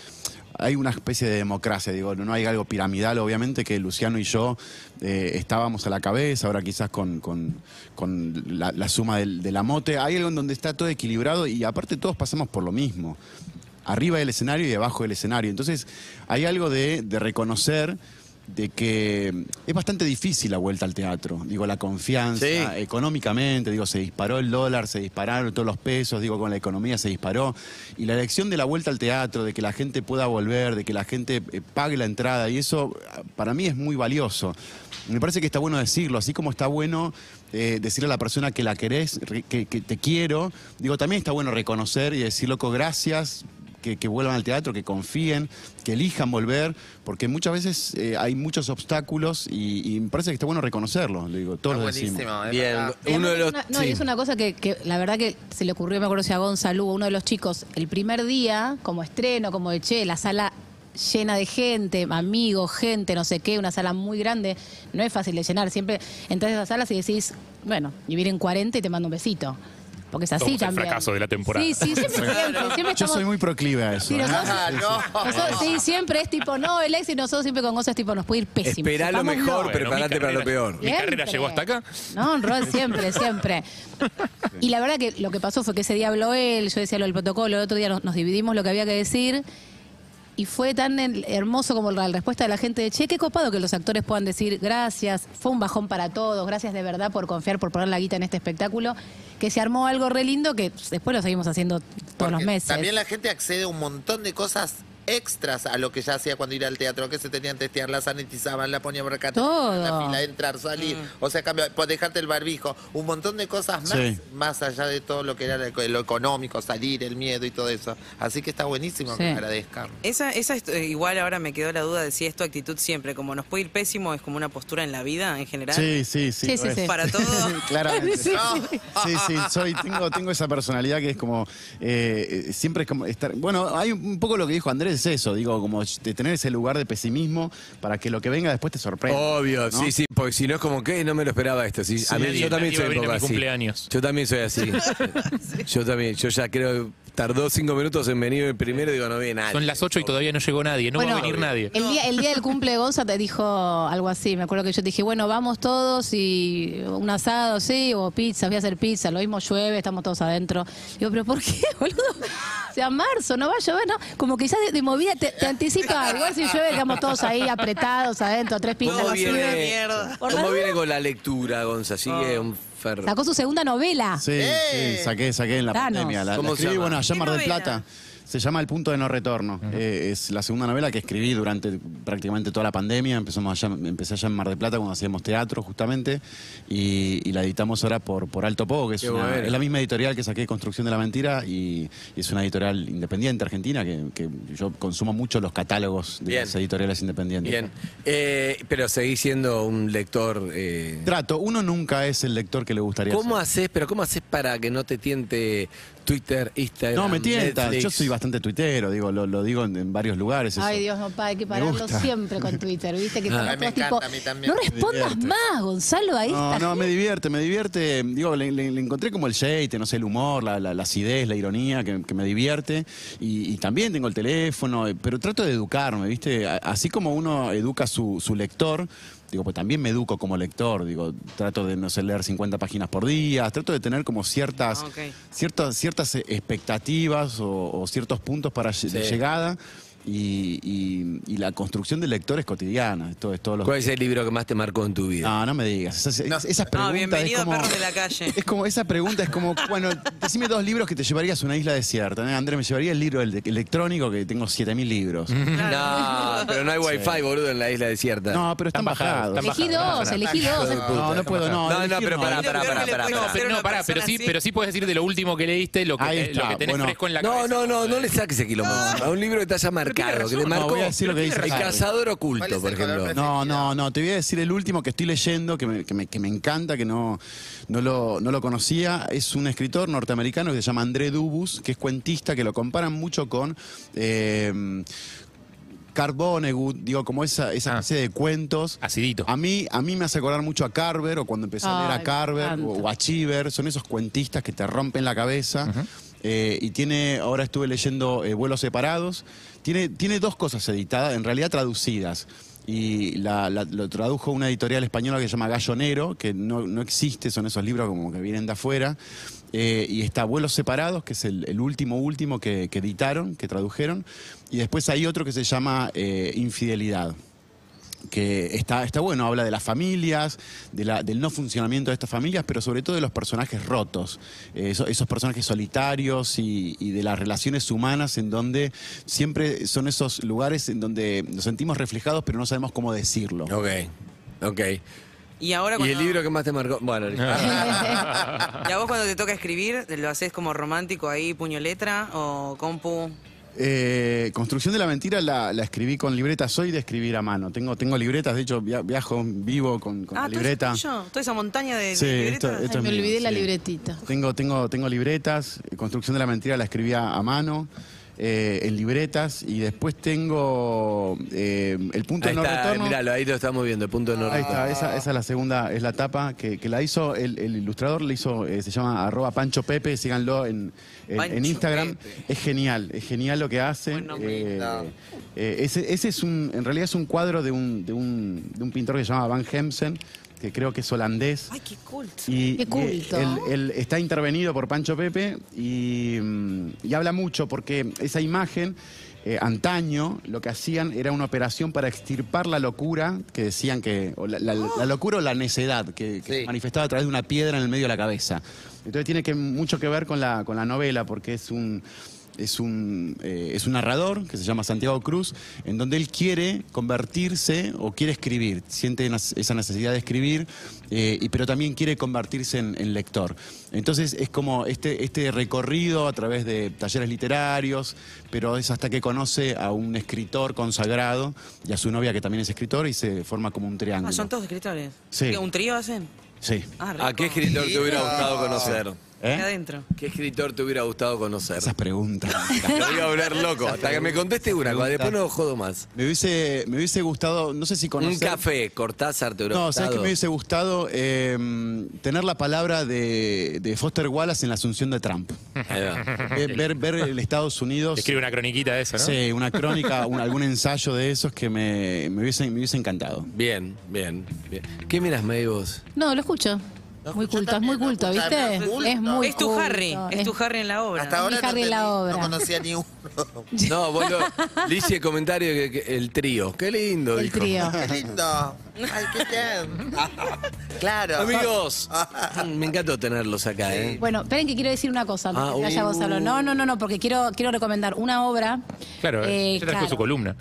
[SPEAKER 7] hay una especie de democracia, digo, no hay algo piramidal, obviamente, que Luciano y yo eh, estábamos a la cabeza, ahora quizás con, con- con la, la suma del, de la mote, hay algo en donde está todo equilibrado y aparte todos pasamos por lo mismo arriba del escenario y debajo del escenario. Entonces, hay algo de, de reconocer de que es bastante difícil la vuelta al teatro. Digo, la confianza
[SPEAKER 2] Sí.
[SPEAKER 7] económicamente, digo, se disparó el dólar, se dispararon todos los pesos, digo, con la economía se disparó. Y la elección de la vuelta al teatro, de que la gente pueda volver, de que la gente eh, pague la entrada, y eso ah, para mí es muy valioso. Me parece que está bueno decirlo, así como está bueno eh, decirle a la persona que la querés, re- que, que te quiero, digo, también está bueno reconocer y decir, loco, gracias, que, que vuelvan al teatro, que confíen, que elijan volver, porque muchas veces eh, hay muchos obstáculos y, y me parece que está bueno reconocerlo. Le digo, todos
[SPEAKER 3] Está
[SPEAKER 7] lo decimos.
[SPEAKER 3] buenísimo, es
[SPEAKER 2] Bien,
[SPEAKER 3] verdad.
[SPEAKER 5] Y
[SPEAKER 2] uno
[SPEAKER 5] además
[SPEAKER 2] de
[SPEAKER 5] es
[SPEAKER 2] los.
[SPEAKER 5] una- no,
[SPEAKER 2] sí.
[SPEAKER 5] y es una cosa que, que la verdad que se le ocurrió, me acuerdo si a Gonzalo, uno de los chicos, el primer día, como estreno, como de che, la sala llena de gente, amigos, gente, no sé qué, una sala muy grande, no es fácil de llenar. Siempre entras a esas salas y decís, bueno, y vienen 40 y te mando un besito. Porque es así
[SPEAKER 4] Somos el
[SPEAKER 5] también.
[SPEAKER 4] fracaso de la temporada.
[SPEAKER 5] Sí, sí, siempre, siempre, siempre
[SPEAKER 7] Yo
[SPEAKER 5] estamos-
[SPEAKER 7] soy muy proclive a eso.
[SPEAKER 5] Sí,
[SPEAKER 7] ¿eh?
[SPEAKER 5] nosotros-
[SPEAKER 3] Ah, no.
[SPEAKER 5] nosotros- sí, siempre es tipo, no, el ex y nosotros siempre con cosas tipo, nos puede ir pésimo.
[SPEAKER 2] Esperá lo
[SPEAKER 5] Sepámoslo.
[SPEAKER 2] mejor,
[SPEAKER 4] Bueno, mi
[SPEAKER 2] prepárate para lo
[SPEAKER 4] carrera-
[SPEAKER 2] peor.
[SPEAKER 4] Mi carrera llegó hasta acá.
[SPEAKER 5] No, Ron, siempre, siempre. Y la verdad que lo que pasó fue que ese día habló él, yo decía lo del protocolo, el otro día nos, nos dividimos lo que había que decir. Y fue tan en- hermoso como la respuesta de la gente de, che, qué copado que los actores puedan decir gracias, fue un bajón para todos, gracias de verdad por confiar, por poner la guita en este espectáculo, que se armó algo re lindo que después lo seguimos haciendo todos los
[SPEAKER 3] Porque
[SPEAKER 5] meses.
[SPEAKER 3] También la gente accede a un montón de cosas extras a lo que ya hacía cuando iba al teatro, que se tenían que testear, la sanitizaban, la ponían por acá,
[SPEAKER 5] Todo.
[SPEAKER 3] la fila, entrar, salir, o sea, cambio, pues, dejarte el barbijo, un montón de cosas más,
[SPEAKER 7] Sí.
[SPEAKER 3] más allá de todo lo que era lo, lo económico, salir, el miedo y todo eso. Así que está buenísimo
[SPEAKER 5] Sí.
[SPEAKER 3] que agradezcan.
[SPEAKER 6] Esa, esa es- eh, igual ahora me quedó la duda de si es tu actitud siempre, como nos puede ir pésimo, es como una postura en la vida en general.
[SPEAKER 7] Sí, sí, sí.
[SPEAKER 5] Sí, sí,
[SPEAKER 7] re.
[SPEAKER 5] sí.
[SPEAKER 6] Para todo.
[SPEAKER 7] Claramente.
[SPEAKER 5] Sí,
[SPEAKER 7] sí, sí, soy, tengo, tengo esa personalidad que es como, eh, eh, siempre es como estar, bueno, hay un un poco lo que dijo Andrés, es eso, digo, como de tener ese lugar de pesimismo para que lo que venga después te sorprenda.
[SPEAKER 2] Obvio,
[SPEAKER 7] ¿no?
[SPEAKER 2] sí, sí, porque si no es como que no me lo esperaba esto. Si- a mí,
[SPEAKER 4] nadie-
[SPEAKER 2] yo también
[SPEAKER 4] nadie
[SPEAKER 2] soy
[SPEAKER 4] va a
[SPEAKER 2] un
[SPEAKER 4] venir
[SPEAKER 2] poco
[SPEAKER 4] a mi
[SPEAKER 2] así.
[SPEAKER 4] cumpleaños.
[SPEAKER 2] Yo también soy así. Yo también, yo ya creo, tardó cinco minutos en venir el primero y digo, no viene nadie.
[SPEAKER 4] Son las 8 y todavía no llegó nadie, no va a
[SPEAKER 5] Bueno,
[SPEAKER 4] venir
[SPEAKER 6] eh,
[SPEAKER 4] nadie.
[SPEAKER 5] El día, el día del cumple de Gonza te dijo algo así. Me acuerdo que yo te dije, bueno, vamos todos y un asado, sí, o pizza, voy a hacer pizza. Lo mismo llueve, estamos todos adentro. Digo, pero ¿por qué, boludo? O sea, marzo, no va a llover, ¿no? Como que ya de, de movida te, te anticipa. Igual si llueve, quedamos todos ahí apretados adentro, tres pizzas.
[SPEAKER 2] ¿Cómo
[SPEAKER 6] Por la
[SPEAKER 2] viene,
[SPEAKER 6] mierda.
[SPEAKER 5] Por
[SPEAKER 2] ¿Cómo
[SPEAKER 5] la
[SPEAKER 2] viene con la lectura, Gonza? Sigue un ferro.
[SPEAKER 5] Sacó su segunda novela.
[SPEAKER 7] Sí,
[SPEAKER 3] ¡Eh!
[SPEAKER 7] sí, saqué, saqué en la
[SPEAKER 5] Ah. Danos.
[SPEAKER 7] pandemia. La, la
[SPEAKER 2] ¿Cómo se
[SPEAKER 7] escribí,
[SPEAKER 2] llama?
[SPEAKER 7] bueno, allá en
[SPEAKER 6] ¿Qué
[SPEAKER 7] Mar del
[SPEAKER 6] novela?
[SPEAKER 7] Plata. Se llama El punto de no retorno. Eh, es la segunda novela que escribí durante prácticamente toda la pandemia. Empezamos allá, empecé allá en Mar del Plata cuando hacíamos teatro, justamente. Y, y la editamos ahora por, por Alto Pogo, que es,
[SPEAKER 2] Qué
[SPEAKER 7] una-
[SPEAKER 2] bueno.
[SPEAKER 7] es la misma editorial que saqué Construcción de la Mentira. Y, y es una editorial independiente argentina que, que yo consumo mucho los catálogos de
[SPEAKER 2] Bien.
[SPEAKER 7] las editoriales independientes.
[SPEAKER 2] Bien, Eh, pero seguís siendo un lector. eh,
[SPEAKER 7] Trato, uno nunca es el lector que le gustaría
[SPEAKER 2] ¿Cómo
[SPEAKER 7] ser.
[SPEAKER 2] haces, pero cómo haces para que no te tiente Twitter, Instagram?
[SPEAKER 7] No, me tienta.
[SPEAKER 2] Netflix?
[SPEAKER 7] Yo soy bastante tuitero, digo, lo, lo digo en, en varios lugares. eso.
[SPEAKER 5] Ay, Dios, papá, hay que
[SPEAKER 7] Me
[SPEAKER 5] pararlo
[SPEAKER 7] gusta.
[SPEAKER 5] siempre con Twitter, ¿viste? Que
[SPEAKER 2] Ah.
[SPEAKER 5] estamos
[SPEAKER 3] Ay, me
[SPEAKER 5] todos
[SPEAKER 3] encanta,
[SPEAKER 5] tipo,
[SPEAKER 3] a mí también.
[SPEAKER 5] no respondas
[SPEAKER 7] Divierte.
[SPEAKER 5] más, Gonzalo, a
[SPEAKER 7] No,
[SPEAKER 5] esta
[SPEAKER 7] no, me divierte, me divierte. Digo, le, le- le encontré como el jeite, no sé, el humor, la, la- la acidez, la ironía, que, que me divierte. Y, y también tengo el teléfono, eh, pero trato de educarme, ¿viste? A- Así como uno educa su, su lector, digo, pues también me educo como lector. Digo, trato de, no sé, leer 50 páginas por día, trato de tener como ciertas,
[SPEAKER 6] Ah, ok.
[SPEAKER 7] ciertas, ciertas eh, expectativas o, o ciertos puntos para lle- de llegada. Y, y- y la construcción del lector es cotidiana, esto es todos los
[SPEAKER 2] ¿Cuál es el libro que más te marcó en tu vida?
[SPEAKER 7] no, no me digas. Esas, esas- esas
[SPEAKER 6] No, Ah,
[SPEAKER 7] preguntas
[SPEAKER 6] bienvenido
[SPEAKER 7] es
[SPEAKER 6] a
[SPEAKER 7] como,
[SPEAKER 6] Perros de la Calle.
[SPEAKER 7] Es como, esa pregunta es como, bueno, decime dos libros que te llevarías a una isla desierta. ¿no? Andrés, me llevaría el libro el de- electrónico, que tengo 7.000 libros.
[SPEAKER 2] No, pero no hay wifi, boludo, en la isla desierta.
[SPEAKER 7] No, pero están
[SPEAKER 4] Están bajados,
[SPEAKER 7] bajados.
[SPEAKER 4] están
[SPEAKER 5] Elegí dos, elegí dos.
[SPEAKER 7] No, no puedo, no.
[SPEAKER 2] No, no,
[SPEAKER 7] elegir
[SPEAKER 2] pero pará,
[SPEAKER 6] Lo
[SPEAKER 2] pará,
[SPEAKER 6] peor
[SPEAKER 2] pará,
[SPEAKER 6] que le
[SPEAKER 2] pará.
[SPEAKER 6] puede
[SPEAKER 2] pará.
[SPEAKER 6] hacer
[SPEAKER 4] Pero
[SPEAKER 6] una
[SPEAKER 4] no, pará, pero
[SPEAKER 6] persona
[SPEAKER 4] sí,
[SPEAKER 6] así.
[SPEAKER 4] pero sí puedes decir de lo último que leíste, lo que,
[SPEAKER 7] Ahí
[SPEAKER 4] eh, lo
[SPEAKER 7] está,
[SPEAKER 4] que tenés
[SPEAKER 7] bueno.
[SPEAKER 4] fresco en la
[SPEAKER 2] No,
[SPEAKER 4] cabeza.
[SPEAKER 2] no, no, no le saques el quilombo. A un libro que te haya marcado, que le
[SPEAKER 7] No,
[SPEAKER 2] marcó.
[SPEAKER 7] voy a decir lo que dice
[SPEAKER 2] el
[SPEAKER 7] Harry.
[SPEAKER 2] cazador
[SPEAKER 3] ¿Cuál es
[SPEAKER 2] oculto,
[SPEAKER 3] el
[SPEAKER 2] por ejemplo.
[SPEAKER 3] color
[SPEAKER 7] No, no, no. Te voy a decir el último que estoy leyendo, que me, que me- que me encanta, que no, no, lo, no lo conocía. Es un escritor norteamericano que se llama André Dubus, que es cuentista, que lo comparan mucho con. eh, Carbonegut, digo, como esa, esa
[SPEAKER 4] Ah.
[SPEAKER 7] especie de cuentos.
[SPEAKER 4] Acidito.
[SPEAKER 7] A mí, a mí me hace acordar mucho a Carver, o cuando empecé a leer
[SPEAKER 5] Ay,
[SPEAKER 7] a
[SPEAKER 5] me
[SPEAKER 7] Carver, o,
[SPEAKER 5] encanta.
[SPEAKER 7] o a Chiver. Son esos cuentistas que te rompen la cabeza. Eh, y tiene, ahora estuve leyendo eh, Vuelos Separados. Tiene, tiene dos cosas editadas, en realidad traducidas. Y la- la- lo tradujo una editorial española que se llama Gallo Negro, que no, no existe, son esos libros como que vienen de afuera. Eh, y está Vuelos Separados, que es el, el último, último que, que editaron, que tradujeron. Y después hay otro que se llama eh, Infidelidad que está, está bueno, habla de las familias, de la- del no funcionamiento de estas familias, pero sobre todo de los personajes rotos, eh, eso- esos personajes solitarios y, y de las relaciones humanas en donde siempre son esos lugares en donde nos sentimos reflejados pero no sabemos cómo decirlo.
[SPEAKER 2] Ok, ok.
[SPEAKER 6] Y ahora
[SPEAKER 2] ¿Y
[SPEAKER 6] cuando,
[SPEAKER 2] el libro que más te marcó? Bueno,
[SPEAKER 7] Ah,
[SPEAKER 6] y a vos cuando te toca escribir, lo haces como romántico ahí, puño letra o compu.
[SPEAKER 7] Eh, Construcción de la mentira la, la escribí con libreta. Soy de escribir a mano. Tengo, tengo libretas, de hecho via- viajo vivo con, con
[SPEAKER 6] Ah,
[SPEAKER 7] la
[SPEAKER 6] todo eso
[SPEAKER 7] libreta.
[SPEAKER 6] es tuyo, toda esa montaña de, de
[SPEAKER 7] Sí,
[SPEAKER 6] libretas.
[SPEAKER 7] esto- esto es
[SPEAKER 5] Me olvidé
[SPEAKER 7] mío,
[SPEAKER 5] la
[SPEAKER 7] sí.
[SPEAKER 5] libretita.
[SPEAKER 7] Tengo, tengo, tengo libretas, eh, Construcción de la Mentira la escribía a mano, eh, en libretas, y después tengo eh, El Punto
[SPEAKER 2] Ahí
[SPEAKER 7] de No
[SPEAKER 2] está,
[SPEAKER 7] Retorno.
[SPEAKER 2] míralo, ahí lo estamos viendo, el punto de no
[SPEAKER 7] Ahí
[SPEAKER 2] retorno.
[SPEAKER 7] está, esa, esa es la segunda, es la tapa que, que la hizo, el, el ilustrador le hizo, eh, se llama arroba Pancho Pepe, síganlo en, en- en
[SPEAKER 6] Pancho
[SPEAKER 7] Instagram.
[SPEAKER 6] Pepe.
[SPEAKER 7] Es genial, es genial lo que hace.
[SPEAKER 6] Buen nombre.
[SPEAKER 7] Eh, eh, ese, ese es un, en realidad es un cuadro de un, de un, de un pintor que se llama Van Hemsen, que creo que es holandés.
[SPEAKER 6] Ay, qué culto.
[SPEAKER 7] Y,
[SPEAKER 5] Qué
[SPEAKER 7] y
[SPEAKER 5] culto.
[SPEAKER 7] él- él está intervenido por Pancho Pepe y, mm, y habla mucho porque esa imagen, eh, antaño, lo que hacían era una operación para extirpar la locura que decían que. o la, la- la locura o la necedad que, que
[SPEAKER 3] Sí.
[SPEAKER 7] se manifestaba a través de una piedra en el medio de la cabeza. Entonces tiene que, mucho que ver con la, con la novela porque es un. Es un, eh, es un narrador que se llama Santiago Cruz, en donde él quiere convertirse o quiere escribir, siente nas- esa necesidad de escribir, eh, y, pero también quiere convertirse en, en lector. Entonces es como este, este recorrido a través de talleres literarios, pero es hasta que conoce a un escritor consagrado y a su novia que también es escritor y se forma como un triángulo.
[SPEAKER 6] Ah, son todos escritores.
[SPEAKER 7] Sí.
[SPEAKER 6] ¿Un trío hacen?
[SPEAKER 7] Sí.
[SPEAKER 6] Ah, rico.
[SPEAKER 2] ¿A qué escritor te hubiera gustado conocer?
[SPEAKER 7] ¿Eh?
[SPEAKER 6] Acá adentro.
[SPEAKER 2] ¿Qué escritor te hubiera gustado conocer?
[SPEAKER 7] Esas preguntas.
[SPEAKER 2] Te voy a volver loco, hasta que me conteste una, cuando después no jodo más.
[SPEAKER 7] me, hubiese, me hubiese gustado, no sé si conocer...
[SPEAKER 2] Un café, Cortázar te hubiera
[SPEAKER 7] No,
[SPEAKER 2] gustado.
[SPEAKER 7] ¿sabes que me hubiese gustado eh, tener la palabra de, de Foster Wallace en la asunción de Trump?
[SPEAKER 2] Ahí va.
[SPEAKER 7] Ver, ver- ver el Estados Unidos.
[SPEAKER 4] Escribe una croniquita de eso, ¿no?
[SPEAKER 7] Sí, una crónica, un- algún ensayo de esos que me, me, hubiese, me hubiese encantado.
[SPEAKER 2] Bien, bien, bien. ¿Qué miras, May, vos?
[SPEAKER 5] No, lo escucho. Muy
[SPEAKER 3] escucho
[SPEAKER 5] culto, es muy
[SPEAKER 3] también, lo
[SPEAKER 5] culto,
[SPEAKER 3] escucho
[SPEAKER 5] ¿viste?
[SPEAKER 3] también, lo escucho.
[SPEAKER 5] Es muy
[SPEAKER 6] es tu
[SPEAKER 5] culto,
[SPEAKER 6] Harry, es tu Harry en la obra.
[SPEAKER 3] Hasta
[SPEAKER 5] Mi
[SPEAKER 3] ahora no,
[SPEAKER 5] Harry la
[SPEAKER 3] entendí,
[SPEAKER 5] obra.
[SPEAKER 3] no conocía ni uno.
[SPEAKER 2] No, vos lo- Lizy, el comentario que, que- el trío. Qué lindo,
[SPEAKER 5] El
[SPEAKER 2] dijo.
[SPEAKER 5] trío.
[SPEAKER 3] Qué lindo. Ay, qué bien. Claro. Ah,
[SPEAKER 2] Amigos, me encantó tenerlos acá, ¿eh?
[SPEAKER 5] Bueno, esperen que quiero decir una cosa antes
[SPEAKER 2] Ah,
[SPEAKER 5] que vaya
[SPEAKER 2] uh.
[SPEAKER 5] Gonzalo. No, no, no, no, porque quiero, quiero recomendar una obra.
[SPEAKER 4] Claro,
[SPEAKER 5] eh,
[SPEAKER 4] ella trajo
[SPEAKER 5] claro.
[SPEAKER 4] su columna.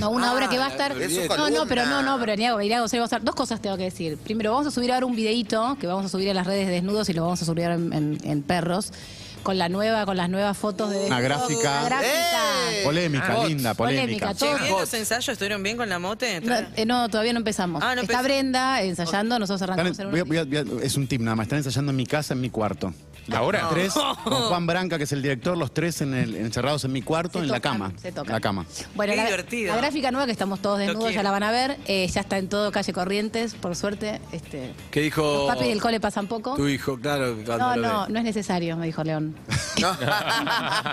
[SPEAKER 5] No, una
[SPEAKER 3] Ah,
[SPEAKER 5] obra que va a estar.
[SPEAKER 3] es su
[SPEAKER 5] No, no,
[SPEAKER 3] columna.
[SPEAKER 5] pero no, no, pero ni hago, ni hago, Gonzalo. Dos cosas tengo que decir. Primero, vamos a subir ahora un videíto que vamos a subir a las redes de desnudos y lo vamos a subir en, en- en perros. Con la nueva, con las nuevas fotos de
[SPEAKER 7] Una gráfica.
[SPEAKER 5] Una gráfica.
[SPEAKER 3] ¡Eh!
[SPEAKER 7] Polémica,
[SPEAKER 2] Ah,
[SPEAKER 7] linda, polémica.
[SPEAKER 5] polémica,
[SPEAKER 6] Che,
[SPEAKER 5] Todos-
[SPEAKER 6] ¿bien los ensayos estuvieron bien con la mote?
[SPEAKER 5] No, eh, no, todavía no empezamos.
[SPEAKER 6] Ah, no
[SPEAKER 5] Está
[SPEAKER 6] empezó.
[SPEAKER 5] Brenda ensayando, nosotros
[SPEAKER 7] Están-
[SPEAKER 5] arrancamos. en
[SPEAKER 7] voy a-
[SPEAKER 5] unos
[SPEAKER 7] voy a- voy a- es un tip nada más, están ensayando en mi casa, en mi cuarto.
[SPEAKER 4] ¿Ahora?
[SPEAKER 7] Los Tres, con Juan Branca, que es el director, los tres en el, encerrados en mi cuarto,
[SPEAKER 5] Se
[SPEAKER 7] en la
[SPEAKER 5] tocan,
[SPEAKER 7] cama.
[SPEAKER 5] se tocan.
[SPEAKER 7] en la cama.
[SPEAKER 5] Bueno,
[SPEAKER 6] Qué
[SPEAKER 5] la,
[SPEAKER 6] divertido.
[SPEAKER 5] la gráfica nueva que estamos todos desnudos,
[SPEAKER 6] quiero.
[SPEAKER 5] ya la van a ver. eh, ya está en todo calle Corrientes, por suerte. Este,
[SPEAKER 2] ¿Qué dijo
[SPEAKER 3] Oh.
[SPEAKER 5] Los papis del cole pasan poco.
[SPEAKER 2] tu hijo? Claro, cuando
[SPEAKER 5] No,
[SPEAKER 2] lo
[SPEAKER 5] no,
[SPEAKER 2] ve.
[SPEAKER 5] no es necesario, me dijo León.
[SPEAKER 3] No.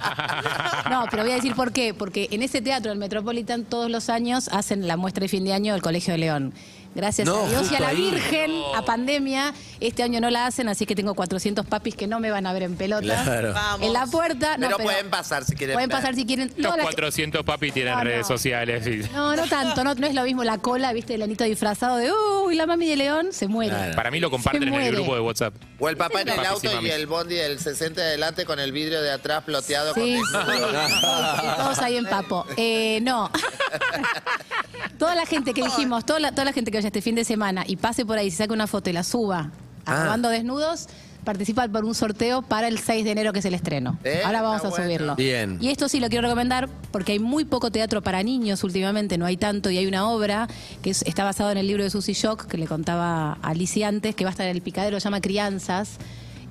[SPEAKER 5] No, pero voy a decir por qué. Porque en ese teatro, el Metropolitan, todos los años hacen la muestra de fin de año del Colegio de León. Gracias
[SPEAKER 2] No,
[SPEAKER 5] a Dios y a
[SPEAKER 2] justo
[SPEAKER 5] la
[SPEAKER 2] ahí.
[SPEAKER 5] Virgen, a pandemia, este año no la hacen, así que tengo 400 papis que no me van a ver en pelota.
[SPEAKER 2] Claro.
[SPEAKER 6] Vamos.
[SPEAKER 5] En la puerta, no,
[SPEAKER 3] Pero pueden pasar si quieren
[SPEAKER 5] Pueden
[SPEAKER 3] ver.
[SPEAKER 5] pasar si quieren.
[SPEAKER 4] Los
[SPEAKER 5] Todas las-
[SPEAKER 4] 400 papi tienen
[SPEAKER 5] No, no.
[SPEAKER 4] redes sociales. y-
[SPEAKER 5] No, no tanto, no, no es lo mismo la cola, viste, el anito disfrazado de uy, la mami de león se muere.
[SPEAKER 2] Claro.
[SPEAKER 4] Para mí lo
[SPEAKER 5] Se
[SPEAKER 4] comparten en el
[SPEAKER 5] muere.
[SPEAKER 4] grupo de WhatsApp.
[SPEAKER 3] O el papá en el
[SPEAKER 4] Papis y
[SPEAKER 3] auto y
[SPEAKER 4] mamis.
[SPEAKER 3] el bondi del 60 de adelante con el vidrio de atrás ploteado con
[SPEAKER 5] Sí, sí,
[SPEAKER 3] el-
[SPEAKER 5] sí, todos ahí en papo. Eh, no. toda la gente que dijimos, toda la, toda la gente que vaya este fin de semana y pase por ahí, se saque una foto y la suba,
[SPEAKER 2] Ah.
[SPEAKER 5] acabando desnudos, participa por un sorteo para el 6 de enero que es el estreno.
[SPEAKER 3] Eh,
[SPEAKER 5] Ahora vamos
[SPEAKER 3] está
[SPEAKER 5] a
[SPEAKER 3] bueno.
[SPEAKER 5] subirlo.
[SPEAKER 2] Bien.
[SPEAKER 5] Y esto sí lo quiero recomendar porque hay muy poco teatro para niños últimamente, no hay tanto y hay una obra que es- está basada en el libro de Susy Shock que le contaba a Alicia antes, que va a estar en el picadero, se llama Crianzas.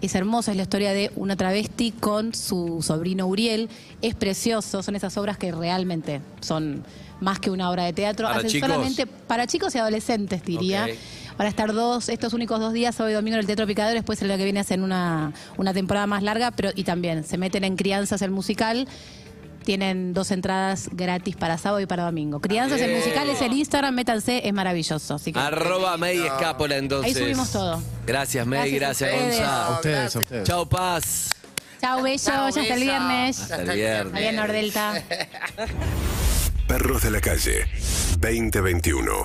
[SPEAKER 5] Es hermosa, es la historia de una travesti con su sobrino Uriel. Es precioso, son esas obras que realmente son más que una obra de teatro.
[SPEAKER 2] Para
[SPEAKER 5] Hacen
[SPEAKER 2] chicos.
[SPEAKER 5] solamente para chicos y adolescentes, diría.
[SPEAKER 2] Ok.
[SPEAKER 5] Van a estar dos, estos únicos dos días, sábado y domingo en el Teatro Picadero, después en la que viene hacen una, una temporada más larga, pero y también se meten en Crianzas el musical. Tienen dos entradas gratis para sábado y para domingo. Crianzas el
[SPEAKER 2] Bien.
[SPEAKER 5] musical es el Instagram, métanse, es maravilloso. Así que
[SPEAKER 2] Arroba May Escápola, entonces.
[SPEAKER 5] Ahí subimos todo.
[SPEAKER 2] Gracias, May, gracias,
[SPEAKER 5] Gracias a ustedes.
[SPEAKER 3] A
[SPEAKER 2] Gonza.
[SPEAKER 3] ustedes, a
[SPEAKER 7] ustedes, a ustedes.
[SPEAKER 2] Chao, Paz.
[SPEAKER 5] chao, bello, ya hasta el
[SPEAKER 3] Beso.
[SPEAKER 5] viernes.
[SPEAKER 2] Hasta el viernes.
[SPEAKER 5] Allá en Nordelta.
[SPEAKER 1] Perros de la calle 2021.